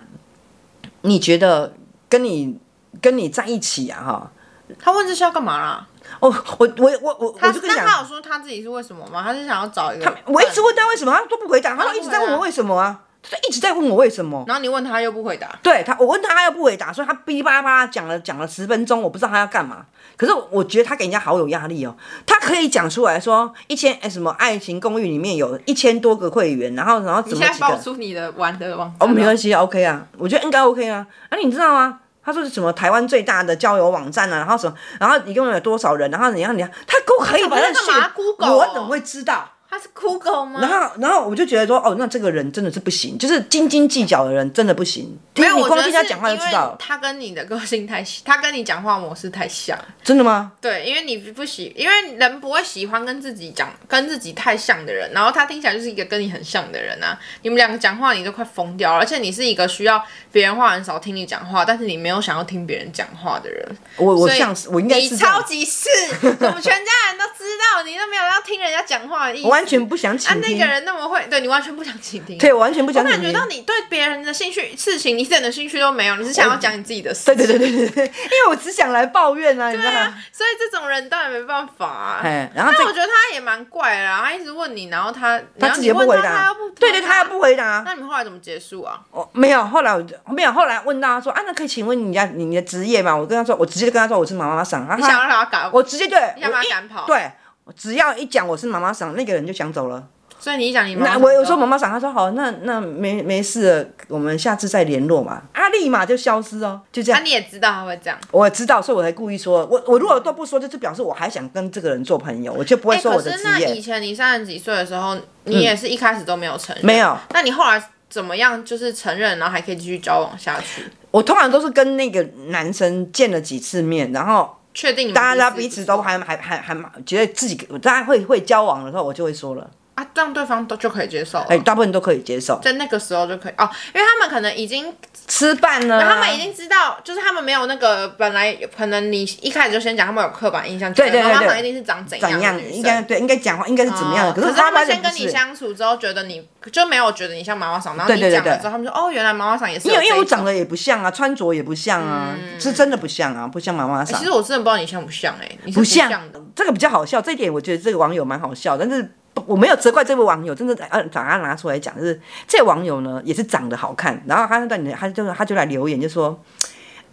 [SPEAKER 1] 你觉得跟你跟你在一起啊，哈，
[SPEAKER 2] 他问这是要干嘛啦？
[SPEAKER 1] 哦，我我我我
[SPEAKER 2] 他
[SPEAKER 1] 我就跟你
[SPEAKER 2] 那
[SPEAKER 1] 讲，
[SPEAKER 2] 他有说他自己是为什么吗？他是想要找一个
[SPEAKER 1] 他我一直问他为什么，他都不回答，他
[SPEAKER 2] 他嗯
[SPEAKER 1] 都
[SPEAKER 2] 不
[SPEAKER 1] 一直在问
[SPEAKER 2] 回
[SPEAKER 1] 我
[SPEAKER 2] 答
[SPEAKER 1] 为什么啊，他就一直在问我为什么。
[SPEAKER 2] 然后你问他又不回答，
[SPEAKER 1] 对他，我问他，他又不回答，所以他噼里啪啦啪啦讲了讲了十分钟，我不知道他要干嘛。可是我觉得他给人家好有压力哦，他可以讲出来说一千哎什么爱情公寓里面有一千多个会员，然后然后怎么
[SPEAKER 2] 你现在
[SPEAKER 1] 几个
[SPEAKER 2] 爆出你的玩的网站
[SPEAKER 1] 哦，没
[SPEAKER 2] 了
[SPEAKER 1] 关系啊，OK 啊，我觉得应该 OK 啊。啊，你知道吗？他说是什么台湾最大的交友网站啊，然后什么，然后一共有多少人，然后怎样怎样，他都可以把
[SPEAKER 2] 他
[SPEAKER 1] 那
[SPEAKER 2] 干嘛
[SPEAKER 1] 些
[SPEAKER 2] Google 哦
[SPEAKER 1] 我怎么会知道？
[SPEAKER 2] 他是酷狗
[SPEAKER 1] 然
[SPEAKER 2] 吗？
[SPEAKER 1] 后，然后我就觉得说，哦，那这个人真的是不行，就是斤斤计较的人真的不行。
[SPEAKER 2] 没有，
[SPEAKER 1] 你
[SPEAKER 2] 我觉
[SPEAKER 1] 光
[SPEAKER 2] 得
[SPEAKER 1] 听
[SPEAKER 2] 是
[SPEAKER 1] 他讲话就知道
[SPEAKER 2] 因为
[SPEAKER 1] 了，
[SPEAKER 2] 他跟你的个性太，他跟你讲话模式太像。
[SPEAKER 1] 真的吗？
[SPEAKER 2] 对，因为你不喜，因为人不会喜欢跟自己讲跟自己太像的人，然后他听起来就是一个跟你很像的人啊。你们两个讲话你都快疯掉了，而且你是一个需要别人话很少听你讲话，但是你没有想要听别人讲话的人。
[SPEAKER 1] 我我
[SPEAKER 2] 所以
[SPEAKER 1] 像是我应该是
[SPEAKER 2] 你
[SPEAKER 1] 这样
[SPEAKER 2] 超级是，我们全家人都知道，你都没有要听人家讲话的意思。
[SPEAKER 1] 我完全不想
[SPEAKER 2] 啊，
[SPEAKER 1] 倾
[SPEAKER 2] 那
[SPEAKER 1] 听，
[SPEAKER 2] 个人那么会，对你完全不想倾听。
[SPEAKER 1] 对，我完全不想
[SPEAKER 2] 我感
[SPEAKER 1] 倾
[SPEAKER 2] 觉
[SPEAKER 1] 听。
[SPEAKER 2] 到你对别人的兴趣事情，你一点的兴趣都没有，你是想要讲你自己的事。
[SPEAKER 1] 对对对对对对，因为我只想来抱怨啊，你知道
[SPEAKER 2] 对
[SPEAKER 1] 吗
[SPEAKER 2] 啊？，所以这种人当然没办法、啊。
[SPEAKER 1] 哎，然后
[SPEAKER 2] 但
[SPEAKER 1] 这
[SPEAKER 2] 我觉得他也蛮怪的啊，他一直问你，然后他
[SPEAKER 1] 他自己又不回答，对对，他又。
[SPEAKER 2] 然后你问他他又不
[SPEAKER 1] 不回答。
[SPEAKER 2] 那你们后来怎么结束啊？
[SPEAKER 1] 我哦没有，后来我就没有，后来问到他说啊，那可以请问你家你的职业吗？我跟他说，我直接跟他说我是妈妈桑，啊
[SPEAKER 2] 你想要把他赶，
[SPEAKER 1] 我直接对，
[SPEAKER 2] 你想把
[SPEAKER 1] 我
[SPEAKER 2] 他
[SPEAKER 1] 一
[SPEAKER 2] 赶跑。，
[SPEAKER 1] 对，我只要一讲我是妈妈桑，那个人就想走了。
[SPEAKER 2] 所以你一讲你妈
[SPEAKER 1] 那
[SPEAKER 2] 妈
[SPEAKER 1] 我有时候
[SPEAKER 2] 怎么
[SPEAKER 1] 妈妈桑，他说好，那那没没事了，我们下次再联络嘛。啊，立马就消失哦，就这
[SPEAKER 2] 办，
[SPEAKER 1] 样
[SPEAKER 2] 那。你也知道他会这样。
[SPEAKER 1] 我知道，所以我才故意说，我我如果都不说，就是表示我还想跟这个人做朋友，我就不会
[SPEAKER 2] 哎
[SPEAKER 1] 说
[SPEAKER 2] 可
[SPEAKER 1] 我的
[SPEAKER 2] 是
[SPEAKER 1] 职
[SPEAKER 2] 那
[SPEAKER 1] 业。嗯
[SPEAKER 2] 以前你三十几岁的时候，你也是一开始都没有承认，
[SPEAKER 1] 没有。
[SPEAKER 2] 那你后来怎么样？就是承认，然后还可以继续交往下去，
[SPEAKER 1] 我通常都是跟那个男生见了几次面，然后
[SPEAKER 2] 确定你们
[SPEAKER 1] 大家
[SPEAKER 2] 不
[SPEAKER 1] 彼此
[SPEAKER 2] 错
[SPEAKER 1] 都还还还还蛮觉得自己大家会会交往的时候，我就会说了，
[SPEAKER 2] 啊，这样对方都就可以接受了。
[SPEAKER 1] 哎、大部分都可以接受。
[SPEAKER 2] 在那个时候就可以哦，因为他们可能已经
[SPEAKER 1] 吃饭呢，
[SPEAKER 2] 他们已经知道，就是他们没有那个本来可能你一开始就先讲，他们有刻板印象，
[SPEAKER 1] 对对对
[SPEAKER 2] 妈妈
[SPEAKER 1] 对
[SPEAKER 2] 一定是长怎
[SPEAKER 1] 怎
[SPEAKER 2] 样
[SPEAKER 1] 样
[SPEAKER 2] 的？女
[SPEAKER 1] 应
[SPEAKER 2] 生。哦
[SPEAKER 1] 该对，应该讲话应该是怎么样的？
[SPEAKER 2] 可
[SPEAKER 1] 是
[SPEAKER 2] 他们
[SPEAKER 1] 发现
[SPEAKER 2] 先
[SPEAKER 1] 不
[SPEAKER 2] 跟你
[SPEAKER 1] 是。
[SPEAKER 2] 相处之后，觉得你就没有觉得你像妈妈桑，然后你
[SPEAKER 1] 对对对
[SPEAKER 2] 讲了
[SPEAKER 1] 对
[SPEAKER 2] 之后，他们说哦，原来妈妈桑也是
[SPEAKER 1] 因为因为我
[SPEAKER 2] 这一种嗯
[SPEAKER 1] 长得也不像啊，穿着也不像啊，是真的不像啊，不像妈妈桑
[SPEAKER 2] 其。实我真的不知道你像不像哎、你是
[SPEAKER 1] 不像
[SPEAKER 2] 像的。
[SPEAKER 1] 这个比较好笑，这一点我觉得这个网友蛮好笑，但是不我没有责怪这位网友，真的呃把他拿出来讲，就是这位网友呢也是长得好看，然后他那段他就他就来留言就说，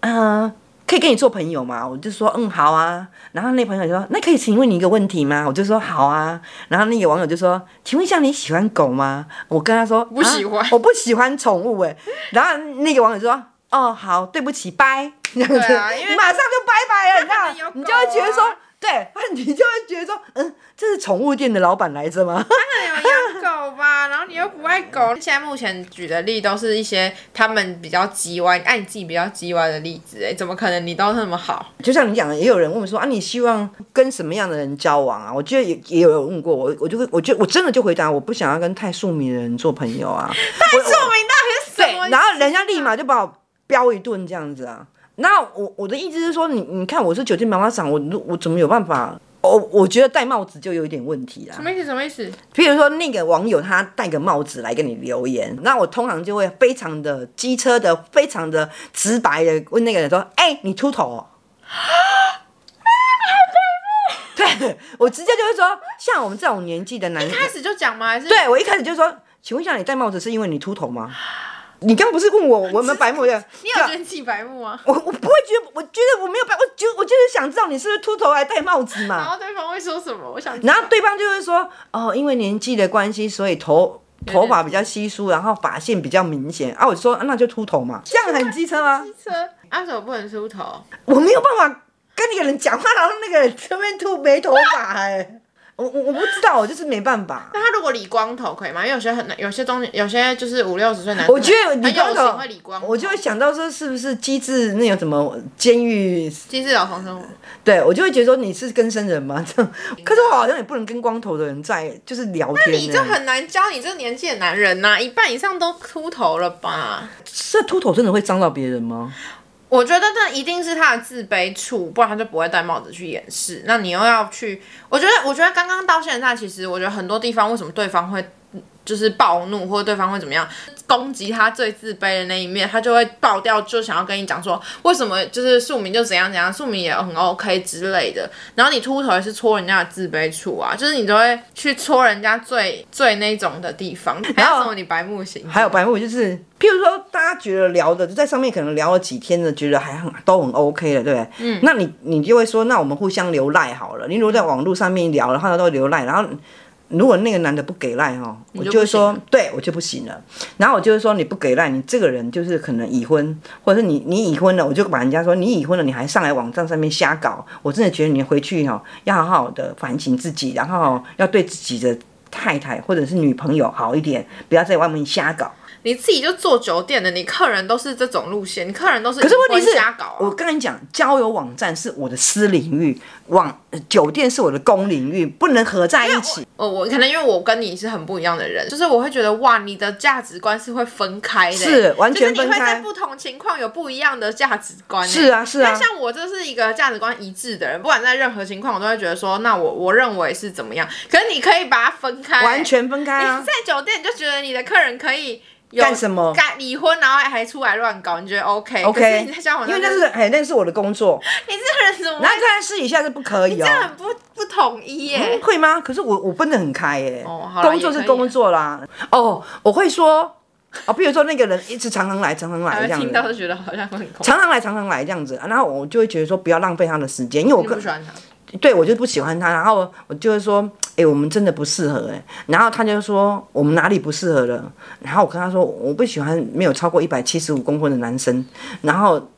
[SPEAKER 1] 嗯、可以跟你做朋友吗？我就说嗯好啊，然后那朋友就说那可以请问你一个问题吗？我就说好啊，然后那个网友就说请问一下你喜欢狗吗？我跟他说不
[SPEAKER 2] 喜欢
[SPEAKER 1] 我不喜欢宠物哎、然后那个网友就说哦好，对不起拜，这样子，
[SPEAKER 2] 对啊因 为
[SPEAKER 1] 马上就拜拜 了，你知道
[SPEAKER 2] 他
[SPEAKER 1] 吗
[SPEAKER 2] 可能
[SPEAKER 1] 你
[SPEAKER 2] 有狗啊，
[SPEAKER 1] 就会觉得说对，你就会觉得说，嗯，这是宠物店的老板来着吗？
[SPEAKER 2] 有哎养狗吧，然后你又不爱狗。现在目前举的例都是一些他们比较叽歪，按你自己比较叽歪的例子，哎，怎么可能你都那么好？
[SPEAKER 1] 就像你讲的，也有人问我说啊，你希望跟什么样的人交往啊？我觉得也也有人问过我，我就我就我真的就回答，我不想要跟太庶民的人做朋友啊。太
[SPEAKER 2] 说明 到底是什么意思？
[SPEAKER 1] 然后人家立马就把我飙一顿这样子啊。那我我的意思是说，你你看我是酒店妈妈长，我如我怎么有办法？我我觉得戴帽子就有一点问题啦
[SPEAKER 2] 什。么意思？什么意思？
[SPEAKER 1] 譬如说那个网友他戴个帽子来跟你留言，那我通常就会非常的机车的、非常的直白的问那个人说：“哎、你秃头、 哦？”对，我直接就会说，像我们这种年纪的男
[SPEAKER 2] 一
[SPEAKER 1] 生，
[SPEAKER 2] 开始就讲吗？还是
[SPEAKER 1] 对我一开始就说：“请问一下，你戴帽子是因为你秃头吗？”你刚不是问我我们白目的？ 啊
[SPEAKER 2] 你有觉得你自己白目吗？
[SPEAKER 1] 我我不会觉得，我觉得我没有白，我就我就是想知道你是不是秃头还戴帽子嘛
[SPEAKER 2] 然。后对方会说什么？我想知道，
[SPEAKER 1] 然后对方就会说，哦，因为年纪的关系，所以头
[SPEAKER 2] 点
[SPEAKER 1] 头发比较稀疏，然后发线比较明显啊。我就说、啊那就秃头 嘛，这样很机车吗？
[SPEAKER 2] 车啊，为什么不能秃头？
[SPEAKER 1] 我没有办法跟那个人讲话，然后那个人这边秃没头发哎、我我我不知道，我就是没办法。
[SPEAKER 2] 那他如果理光头可以吗？因为有些很有些中有些就是五六十岁男生，
[SPEAKER 1] 我觉得理光
[SPEAKER 2] 很有型
[SPEAKER 1] 头
[SPEAKER 2] 会理光，头，
[SPEAKER 1] 我就会想到说是不是机智那种什么监狱？
[SPEAKER 2] 机智老童生活。
[SPEAKER 1] 对我就会觉得说你是跟生人吗？这样， 可是我好像也不能跟光头的人在就是聊天、欸。
[SPEAKER 2] 你就很难教你这个年纪的男人呐、一半以上都秃头了吧？
[SPEAKER 1] 这秃头真的会伤到别人吗？
[SPEAKER 2] 我觉得这一定是他的自卑处，不然他就不会戴帽子去掩饰。那你又要去，我觉得，我觉得刚刚到现在，其实我觉得很多地方为什么对方会嗯就是暴怒，或者对方会怎么样攻击他最自卑的那一面，他就会爆掉，就想要跟你讲说为什么就是庶民就怎样怎样，庶民也很 OK 之类的。然后你秃头也是戳人家的自卑处啊，就是你都会去戳人家最最那种的地方。还有什么你白目型？
[SPEAKER 1] 还有白目就是，譬如说大家觉得聊的在上面可能聊了几天的，觉得还很都很 OK 了，对不对？嗯，那你你就会说，那我们互相留赖好了。你如果在网络上面聊，然后都留赖，然后如果那个男的不给赖哈，我
[SPEAKER 2] 就
[SPEAKER 1] 就
[SPEAKER 2] 不
[SPEAKER 1] 会
[SPEAKER 2] 行
[SPEAKER 1] 说，对我就不行了。然后我就会说，你不给赖，你这个人就是可能已婚，或者是你你已婚了，我就把人家说你已婚了，你还上来网站上面瞎搞，我真的觉得你回去哈要好好的反省自己，然后要对自己的。太太或者是女朋友好一点，不要在外面瞎搞。
[SPEAKER 2] 你自己就做酒店的，你客人都是这种路线，你客人都是
[SPEAKER 1] 可是问题
[SPEAKER 2] 离
[SPEAKER 1] 是
[SPEAKER 2] 婚瞎搞、啊，
[SPEAKER 1] 我跟你讲，交友网站是我的私领域，网呃酒店是我的公领域，不能合在一起。
[SPEAKER 2] 哦我我可能因为我跟你是很不一样的人，就是我会觉得哇，你的价值观是会分开的，
[SPEAKER 1] 是完全
[SPEAKER 2] 就是
[SPEAKER 1] 分
[SPEAKER 2] 你会
[SPEAKER 1] 开
[SPEAKER 2] 在不同情况有不一样的价值观。
[SPEAKER 1] 是啊，是
[SPEAKER 2] 因为
[SPEAKER 1] 啊，
[SPEAKER 2] 像我就是一个价值观一致的人，不管在任何情况，我都会觉得说，那我我认为是怎么样。可是你可以把它分开，
[SPEAKER 1] 完全分开
[SPEAKER 2] 哎你
[SPEAKER 1] 啊。
[SPEAKER 2] 在酒店你就觉得你的客人可以有
[SPEAKER 1] 干什么
[SPEAKER 2] 干离婚，然后还出来乱搞，你觉得 OK
[SPEAKER 1] OK，
[SPEAKER 2] 可是你在交往
[SPEAKER 1] 因
[SPEAKER 2] 上
[SPEAKER 1] 为那
[SPEAKER 2] 就是
[SPEAKER 1] 哎，那是我的工作，
[SPEAKER 2] 你这个人怎么会
[SPEAKER 1] 然后在私底下是不可以
[SPEAKER 2] 这
[SPEAKER 1] 哦。
[SPEAKER 2] 样很不不统一耶、
[SPEAKER 1] 嗯会吗？可是我我分得很开耶、
[SPEAKER 2] 哦好啦
[SPEAKER 1] 工作
[SPEAKER 2] 也
[SPEAKER 1] 是
[SPEAKER 2] 可以
[SPEAKER 1] 工作啦。哦，我会说，哦，比如说那个人一直常常来，常常来
[SPEAKER 2] 还
[SPEAKER 1] 啊这
[SPEAKER 2] 会
[SPEAKER 1] 样
[SPEAKER 2] 呃听到
[SPEAKER 1] 子，
[SPEAKER 2] 就觉得好像很恐怖，
[SPEAKER 1] 常常来，常常来这样子，啊然后我就会觉得说不要浪费他的时间，因为我
[SPEAKER 2] 你
[SPEAKER 1] 个
[SPEAKER 2] 不喜欢他。
[SPEAKER 1] 对我就不喜欢他，然后我就会说，哎、我们真的不适合哎、然后他就说我们哪里不适合了，然后我跟他说我不喜欢没有超过一百七十五公分的男生，然后。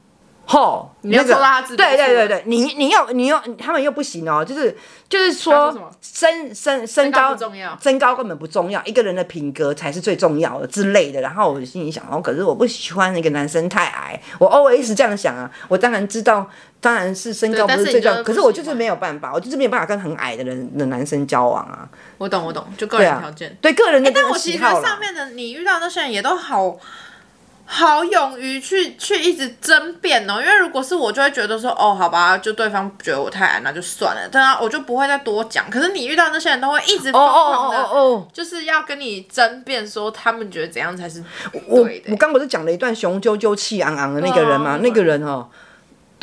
[SPEAKER 1] 吼，
[SPEAKER 2] 你又
[SPEAKER 1] 那个
[SPEAKER 2] 戳到他自卑
[SPEAKER 1] 对对
[SPEAKER 2] 处
[SPEAKER 1] 对
[SPEAKER 2] 了
[SPEAKER 1] 对，你你又你又他们又不行哦，就是就是
[SPEAKER 2] 他
[SPEAKER 1] 说
[SPEAKER 2] 说什么
[SPEAKER 1] 身身身
[SPEAKER 2] 身高
[SPEAKER 1] 高
[SPEAKER 2] 不重要
[SPEAKER 1] 身高根本不重要，一个人的品格才是最重要的之类的。然后我心里想，哦，可是我不喜欢那个男生太矮，我 always 这样想啊，我当然知道，当然是身高
[SPEAKER 2] 对但
[SPEAKER 1] 是
[SPEAKER 2] 是
[SPEAKER 1] 最
[SPEAKER 2] 你
[SPEAKER 1] 重要，
[SPEAKER 2] 就是
[SPEAKER 1] 可是
[SPEAKER 2] 不
[SPEAKER 1] 我
[SPEAKER 2] 喜
[SPEAKER 1] 就是
[SPEAKER 2] 欢
[SPEAKER 1] 没有办法，我就是没有办法跟很矮的人的男生交往啊，
[SPEAKER 2] 我懂，我懂，就个
[SPEAKER 1] 对
[SPEAKER 2] 人
[SPEAKER 1] 啊
[SPEAKER 2] 条件。，哎
[SPEAKER 1] 对个人的、
[SPEAKER 2] 但我其
[SPEAKER 1] 喜
[SPEAKER 2] 实
[SPEAKER 1] 好
[SPEAKER 2] 觉
[SPEAKER 1] 啦
[SPEAKER 2] 得上面的你遇到那些人也都好好勇于去去一直争辩哦，因为如果是我就会觉得说哦，好吧，就对方觉得我太矮，那就算了，但我就不会再多讲。可是你遇到那些人都会一直疯
[SPEAKER 1] 哦哦
[SPEAKER 2] 狂
[SPEAKER 1] 哦
[SPEAKER 2] 的。
[SPEAKER 1] 哦哦。
[SPEAKER 2] 就是要跟你争辩，说他们觉得怎样才是
[SPEAKER 1] 我
[SPEAKER 2] 对的、
[SPEAKER 1] 我刚不是讲了一段雄赳赳气昂昂的那个人吗？
[SPEAKER 2] 对啊
[SPEAKER 1] 那个人哦，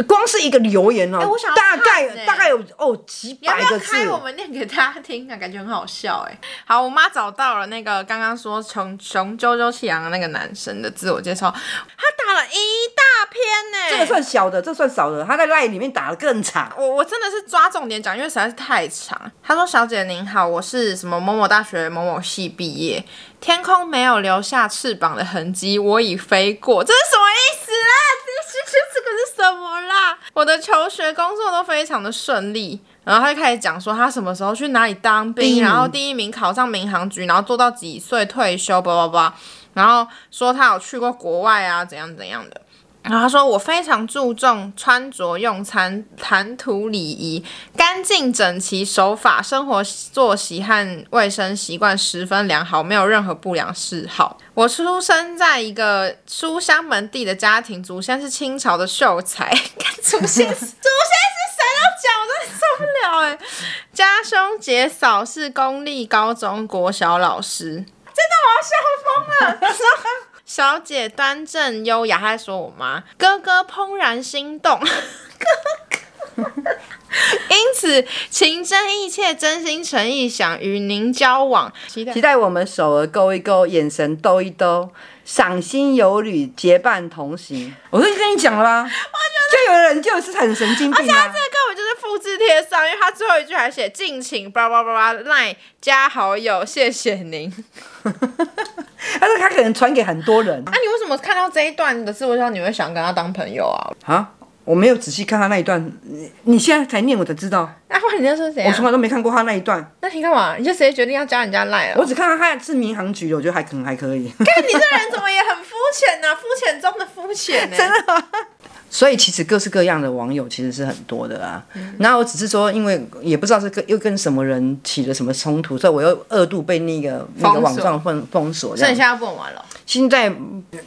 [SPEAKER 1] 光是一个留言哦，
[SPEAKER 2] 哎我想要
[SPEAKER 1] 大概、
[SPEAKER 2] 看欸
[SPEAKER 1] 大概有哦几
[SPEAKER 2] 你要
[SPEAKER 1] 百
[SPEAKER 2] 不要
[SPEAKER 1] 个字，欸
[SPEAKER 2] 开我们念给大家听啊？感觉很好笑哎、好，我妈找到了那个刚刚说穷穷赳赳气昂的那个男生的自我介绍，他打了一大欸篇呢、
[SPEAKER 1] 这个算小的，这算少的，他在赖里面打的更长。
[SPEAKER 2] 我我真的是抓重点讲，因为实在是太长。他说：“小姐您好，我是什么某某大学某某系毕业，天空没有留下翅膀的痕迹，我已飞过。”这是什么意思啦？这是这个是什么啦？我的求学工作都非常的顺利。然后他就开始讲说他什么时候去哪里当
[SPEAKER 1] 第一
[SPEAKER 2] 兵，
[SPEAKER 1] 名
[SPEAKER 2] 然后第一名考上民航局，然后做到几岁退休，叭叭叭。然后说他有去过国外啊，怎样怎样的。然后他说：“我非常注重穿着、用餐、谈吐礼仪，干净整齐、守法，生活作息和卫生习惯十分良好，没有任何不良嗜好。我出生在一个书香门第的家庭，祖先是清朝的秀才，看祖先祖先是谁都讲，我真的受不了哎、家兄姐嫂是公立高中国小老师，小姐端正优雅，她在说我妈。哥哥怦然心动，哥哥。因此，情真意切，真心诚意想与您交往，期待
[SPEAKER 1] 期待我们手儿勾一勾，眼神兜一兜，赏心有旅，结伴同行。我都跟你讲了吧，就有人就是很神经病啊。
[SPEAKER 2] 这根本就是复制贴上，因为他最后一句还写“敬请叭叭叭叭赖加好友，谢谢您”
[SPEAKER 1] 但是他可能传给很多人
[SPEAKER 2] 啊。那你为什么看到这一段的自我介绍，你会想跟他当朋友啊？
[SPEAKER 1] 啊。我没有仔细看他那一段，你你现在才念我才知道，
[SPEAKER 2] 那、啊、不然你在说谁
[SPEAKER 1] 我
[SPEAKER 2] 啊
[SPEAKER 1] 从？来都没看过他那一段。
[SPEAKER 2] 那你干嘛？你就直接决定要加人家赖了
[SPEAKER 1] 我？只看到他是民航局的，我觉得还可能还可以。
[SPEAKER 2] 看你这人怎么也很肤浅啊呢、肤浅中的肤浅呢、欸真的
[SPEAKER 1] 所以其实各式各样的网友其实是很多的啊。然后我只是说，因为也不知道是跟又跟什么人起了什么冲突，所以我又二度被那个那个
[SPEAKER 2] 封锁
[SPEAKER 1] 网站封封锁这
[SPEAKER 2] 那你
[SPEAKER 1] 样
[SPEAKER 2] 现。在不能玩了。
[SPEAKER 1] 现在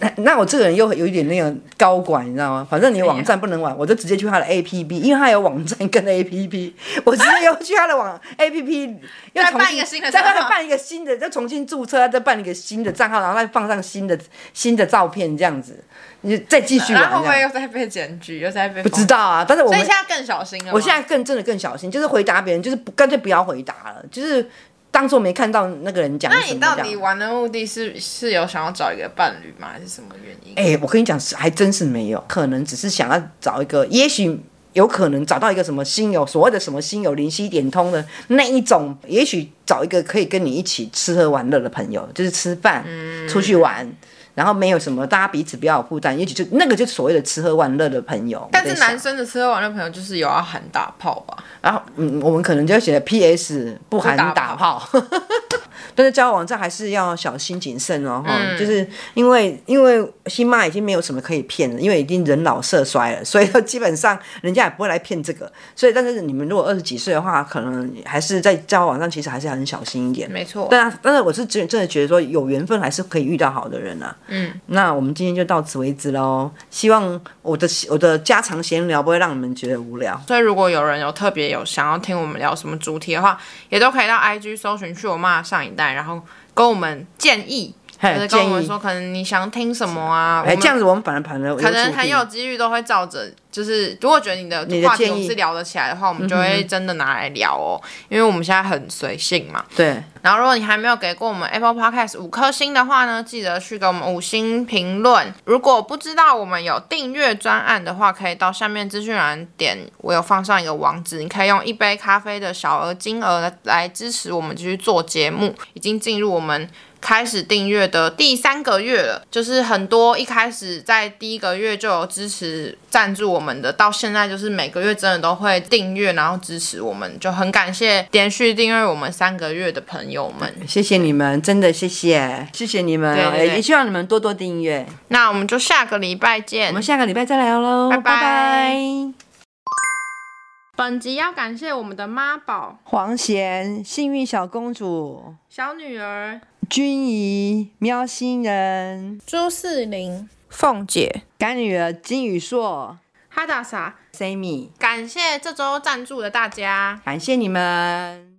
[SPEAKER 1] 那那我这个人又有一点那个高管，你知道吗？反正你网站不能玩，我就直接去他的 APP，因为他有网站跟 APP，我 直接又去他的网 APP，又重
[SPEAKER 2] 再办
[SPEAKER 1] 新
[SPEAKER 2] 一个新的
[SPEAKER 1] 再
[SPEAKER 2] 账
[SPEAKER 1] 办
[SPEAKER 2] 号
[SPEAKER 1] 办一个新的，再重新注册，再办一个新的账号，然后再放上新的新的照片，这样子，你就再继续玩
[SPEAKER 2] 然后会
[SPEAKER 1] 这样
[SPEAKER 2] 不会。又再被检举，又再被
[SPEAKER 1] 不知道啊，但是我
[SPEAKER 2] 所以
[SPEAKER 1] 们
[SPEAKER 2] 现在更小心了吗。
[SPEAKER 1] 我现在更真的更小心，就是回答别人，就是不干脆不要回答了，就是当做没看到那个人讲
[SPEAKER 2] 那
[SPEAKER 1] 什
[SPEAKER 2] 你
[SPEAKER 1] 么
[SPEAKER 2] 到
[SPEAKER 1] 这
[SPEAKER 2] 底
[SPEAKER 1] 样。
[SPEAKER 2] 玩的目的是是有想要找一个伴侣吗？还是什么原因？
[SPEAKER 1] 哎、我跟你讲，是还真是没有，可能只是想要找一个，也许有可能找到一个什么心有所谓的什么心有灵犀一点通的那一种，也许找一个可以跟你一起吃喝玩乐的朋友，就是吃饭、
[SPEAKER 2] 嗯
[SPEAKER 1] 出去玩，然后没有什么大家彼此不要有负担，也许就那个就所谓的吃喝玩乐的朋友。
[SPEAKER 2] 但
[SPEAKER 1] 我
[SPEAKER 2] 是
[SPEAKER 1] 在想
[SPEAKER 2] 男生的吃喝玩乐朋友就是有要喊打炮吧？
[SPEAKER 1] 啊然后嗯，我们可能就写 P.S. 不含
[SPEAKER 2] 不打
[SPEAKER 1] 打炮。 但是交友网站还是要小心谨慎哦，哈、
[SPEAKER 2] 嗯
[SPEAKER 1] 就是因为因为新妈已经没有什么可以骗了，因为已经人老色衰了，所以基本上人家也不会来骗这个。所以，但是你们如果二十几岁的话，可能还是在交友网上其实还是要很小心一点。
[SPEAKER 2] 没错。
[SPEAKER 1] 对啊，但是我是真真的觉得说有缘分还是可以遇到好的人啊。
[SPEAKER 2] 嗯，
[SPEAKER 1] 那我们今天就到此为止喽。希望我的我的家常闲聊不会让你们觉得无聊。
[SPEAKER 2] 所以如果有人有特别有想要听我们聊什么主题的话，也都可以到 IG 搜寻“去我妈的上一代”，然后跟我们建议，
[SPEAKER 1] 嘿
[SPEAKER 2] 就是跟
[SPEAKER 1] 建
[SPEAKER 2] 我们
[SPEAKER 1] 议
[SPEAKER 2] 说可能你想听什么啊，我
[SPEAKER 1] 哎，
[SPEAKER 2] 们
[SPEAKER 1] 这样子我们反而反而
[SPEAKER 2] 可能
[SPEAKER 1] 主
[SPEAKER 2] 很
[SPEAKER 1] 题
[SPEAKER 2] 有几率都会照着，就是如果觉得你的
[SPEAKER 1] 的
[SPEAKER 2] 话题
[SPEAKER 1] 建
[SPEAKER 2] 我们
[SPEAKER 1] 议嗯
[SPEAKER 2] 是聊得起来的话，我们就会真的拿来聊哦，因为我们现在很随性嘛。
[SPEAKER 1] 对。
[SPEAKER 2] 然后，如果你还没有给过我们 Apple Podcast 五颗星的话呢，记得去给我们五星评论。如果不知道我们有订阅专案的话，可以到下面资讯栏点，我有放上一个网址，你可以用一杯咖啡的小额金额来来支持我们继续做节目。已经进入我们。开始订阅的第三个月了，就是很多一开始在第一个月就有支持赞助我们的，到现在就是每个月真的都会订阅，然后支持我们，就很感谢连续订阅我们三个月的朋友们。
[SPEAKER 1] 谢谢你们，真的谢谢，谢谢你们哦，
[SPEAKER 2] 对对对
[SPEAKER 1] 也希望你们多多订阅。
[SPEAKER 2] 那我们就下个礼拜见
[SPEAKER 1] 我们。下个礼拜再聊喽，
[SPEAKER 2] 拜拜
[SPEAKER 1] 拜拜
[SPEAKER 2] 本集要感谢我们的妈宝、
[SPEAKER 1] 黄贤、幸运小公主、
[SPEAKER 2] 小女儿
[SPEAKER 1] 君怡、喵星人、
[SPEAKER 2] 朱四零、凤姐、
[SPEAKER 1] 干女儿金宇硕、
[SPEAKER 2] 哈达莎，
[SPEAKER 1] Sammy，
[SPEAKER 2] 感谢这周赞助的大家。
[SPEAKER 1] 感谢你们。